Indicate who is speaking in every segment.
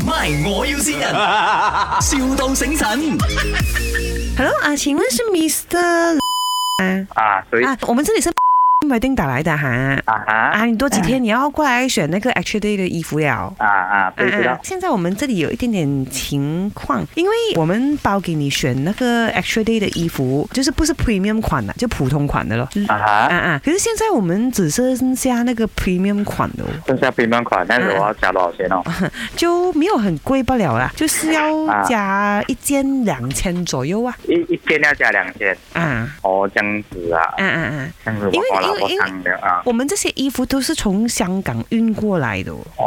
Speaker 1: My，我要先人，, 笑到醒神。
Speaker 2: Hello 啊，请问是 Mr. 啊
Speaker 3: 啊，所以
Speaker 2: 啊，我们这里是 麦丁打来的哈
Speaker 3: 啊哈
Speaker 2: 啊，你多几天你要过来选那个 H Day 的衣服了。
Speaker 3: 啊啊，不知道
Speaker 2: 啊，现在我们这里有一点点情况，因为我们包给你选那个 extra day 的衣服，就是不是 premium 款的，就普通款的咯。
Speaker 3: 啊
Speaker 2: 啊
Speaker 3: 哈，
Speaker 2: 啊！可是现在我们只剩下那个 premium 款的哦，
Speaker 3: 剩下冰冰款，但是我要加多少钱哦？
Speaker 2: 就没有很贵不了啦，就是要加一件两千左右啊！
Speaker 3: 一一件要加两千，
Speaker 2: 啊
Speaker 3: 哦，这样子啊，
Speaker 2: 啊啊啊！
Speaker 3: 这样子我我老婆看的啊，
Speaker 2: 我们这些衣服都是从香港运过来的哦。啊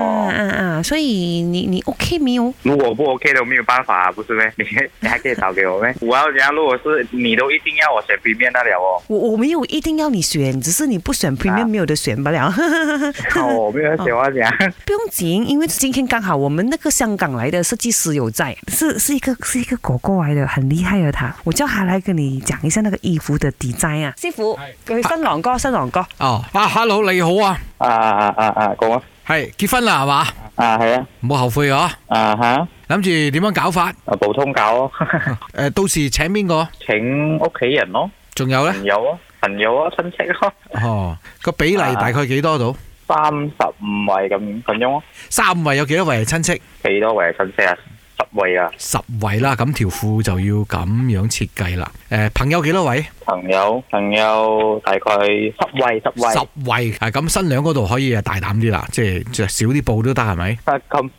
Speaker 3: 哦，
Speaker 2: 啊啊！所以你你 OK 没有？
Speaker 3: 如果不 OK 的没有办法、啊，不是咩？ 你你还可以找给我咩？我要讲，如果是你都一定要我选冰面那了哦，
Speaker 2: 我我没有一定要你选，只是你不
Speaker 3: 啊
Speaker 2: 选 premium 没有得选不了。
Speaker 3: 哦，我没有选我讲，
Speaker 2: 不用紧，因为今天刚好我们那个香港来的设计师有在，是是一个是一个狗狗来的，很厉害的他。我叫他来跟你讲一下那个衣服的 design 啊，师傅，佢新郎哥，新郎哥，
Speaker 4: 哦，啊，hello，你好啊，
Speaker 3: 啊啊啊啊，讲啊，
Speaker 4: 系结婚啦系嘛，
Speaker 3: 啊系啊，
Speaker 4: 唔好後悔啊，
Speaker 3: 啊哈，
Speaker 4: 諗住點樣搞法？
Speaker 3: 啊普通搞哦，
Speaker 4: 诶、到時請邊個？
Speaker 3: 请屋企人咯，
Speaker 4: 仲有
Speaker 3: 朋
Speaker 4: 咧？
Speaker 3: 友啊，朋友啊，亲戚咯，
Speaker 4: 哦，個比例大概幾多度？
Speaker 3: 三十五位咁咁样咯。
Speaker 4: 三位有幾多位係親戚？
Speaker 3: 幾多位親戚啊？十位啊，
Speaker 4: 十位啦，咁條褲就要咁樣設計啦。诶、朋友幾多位？
Speaker 3: 朋友朋友大概十位十位
Speaker 4: 十，位。啊，咁新娘嗰度可以啊大膽啲啦，即係着少啲布都得係咪？
Speaker 3: 啊咁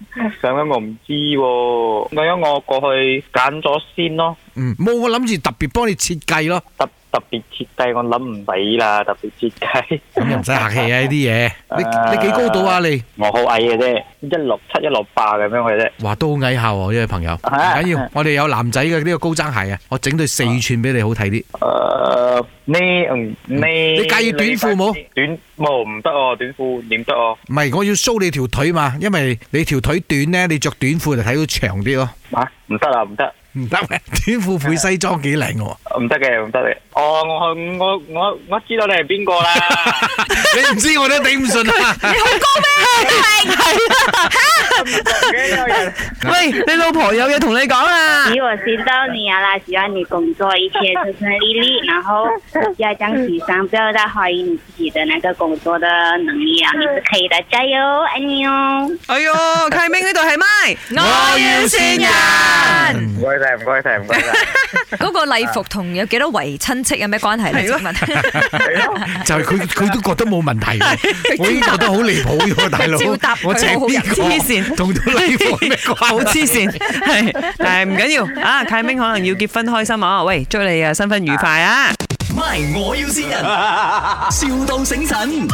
Speaker 3: 咁樣我唔知喎、咁樣我過去揀咗先咯。
Speaker 4: 嗯，冇我諗住特別幫你設計咯，
Speaker 3: 特特別設計我諗唔使啦，特別設計
Speaker 4: 咁又唔使客氣啊呢啲嘢。你你几高度啊你？
Speaker 3: 我好矮嘅啫，一六七一六八咁樣嘅啫。
Speaker 4: 哇，都好矮下喎，呢位朋友。唔
Speaker 3: 啊
Speaker 4: 緊要，我哋有男仔嘅呢個高踭鞋啊，我整對四寸俾你好睇啲。
Speaker 3: 誒、呃呢嗯呢？
Speaker 4: 你介意短褲冇？
Speaker 3: 短冇唔得哦，短褲點得哦？
Speaker 4: 唔係，我要 show 你條腿嘛，因為你條腿短咧，你着短褲就睇到長啲咯。
Speaker 3: 啊唔得啊唔得。
Speaker 4: 唔得咩？短褲配西裝幾靚喎，
Speaker 3: 唔得嘅，唔得嘅。哦，我我我我知道你係邊個啦。
Speaker 4: 你唔知我都頂唔順啊！
Speaker 2: 喂，你老婆有嘢同你讲啊啦。
Speaker 5: 以我知道你啊啦，希望你工作一切顺顺利利，然后不要这样沮丧，不要再怀疑你自己的那个工作的能力啊，你是可以的，加油，爱你哦。
Speaker 2: 哎哟，启明呢度系咪？
Speaker 6: 我要先人，
Speaker 3: 唔該晒，唔該晒，唔該晒。
Speaker 6: 嗰個禮服同有幾多位親戚有咩關係咧？請問
Speaker 4: 就係佢佢都覺得冇問題喎，我已經覺得好離譜喎，大佬。
Speaker 6: 照答佢
Speaker 4: 我請
Speaker 6: 好
Speaker 4: 呢個
Speaker 2: 黐線
Speaker 4: 同到禮服有咩
Speaker 2: 好
Speaker 4: 關係？
Speaker 2: 黐線，係係唔緊要啊！啟明可能要結婚開心啊！喂，祝你啊新婚愉快啊！
Speaker 1: My，我要先人，,笑到醒神。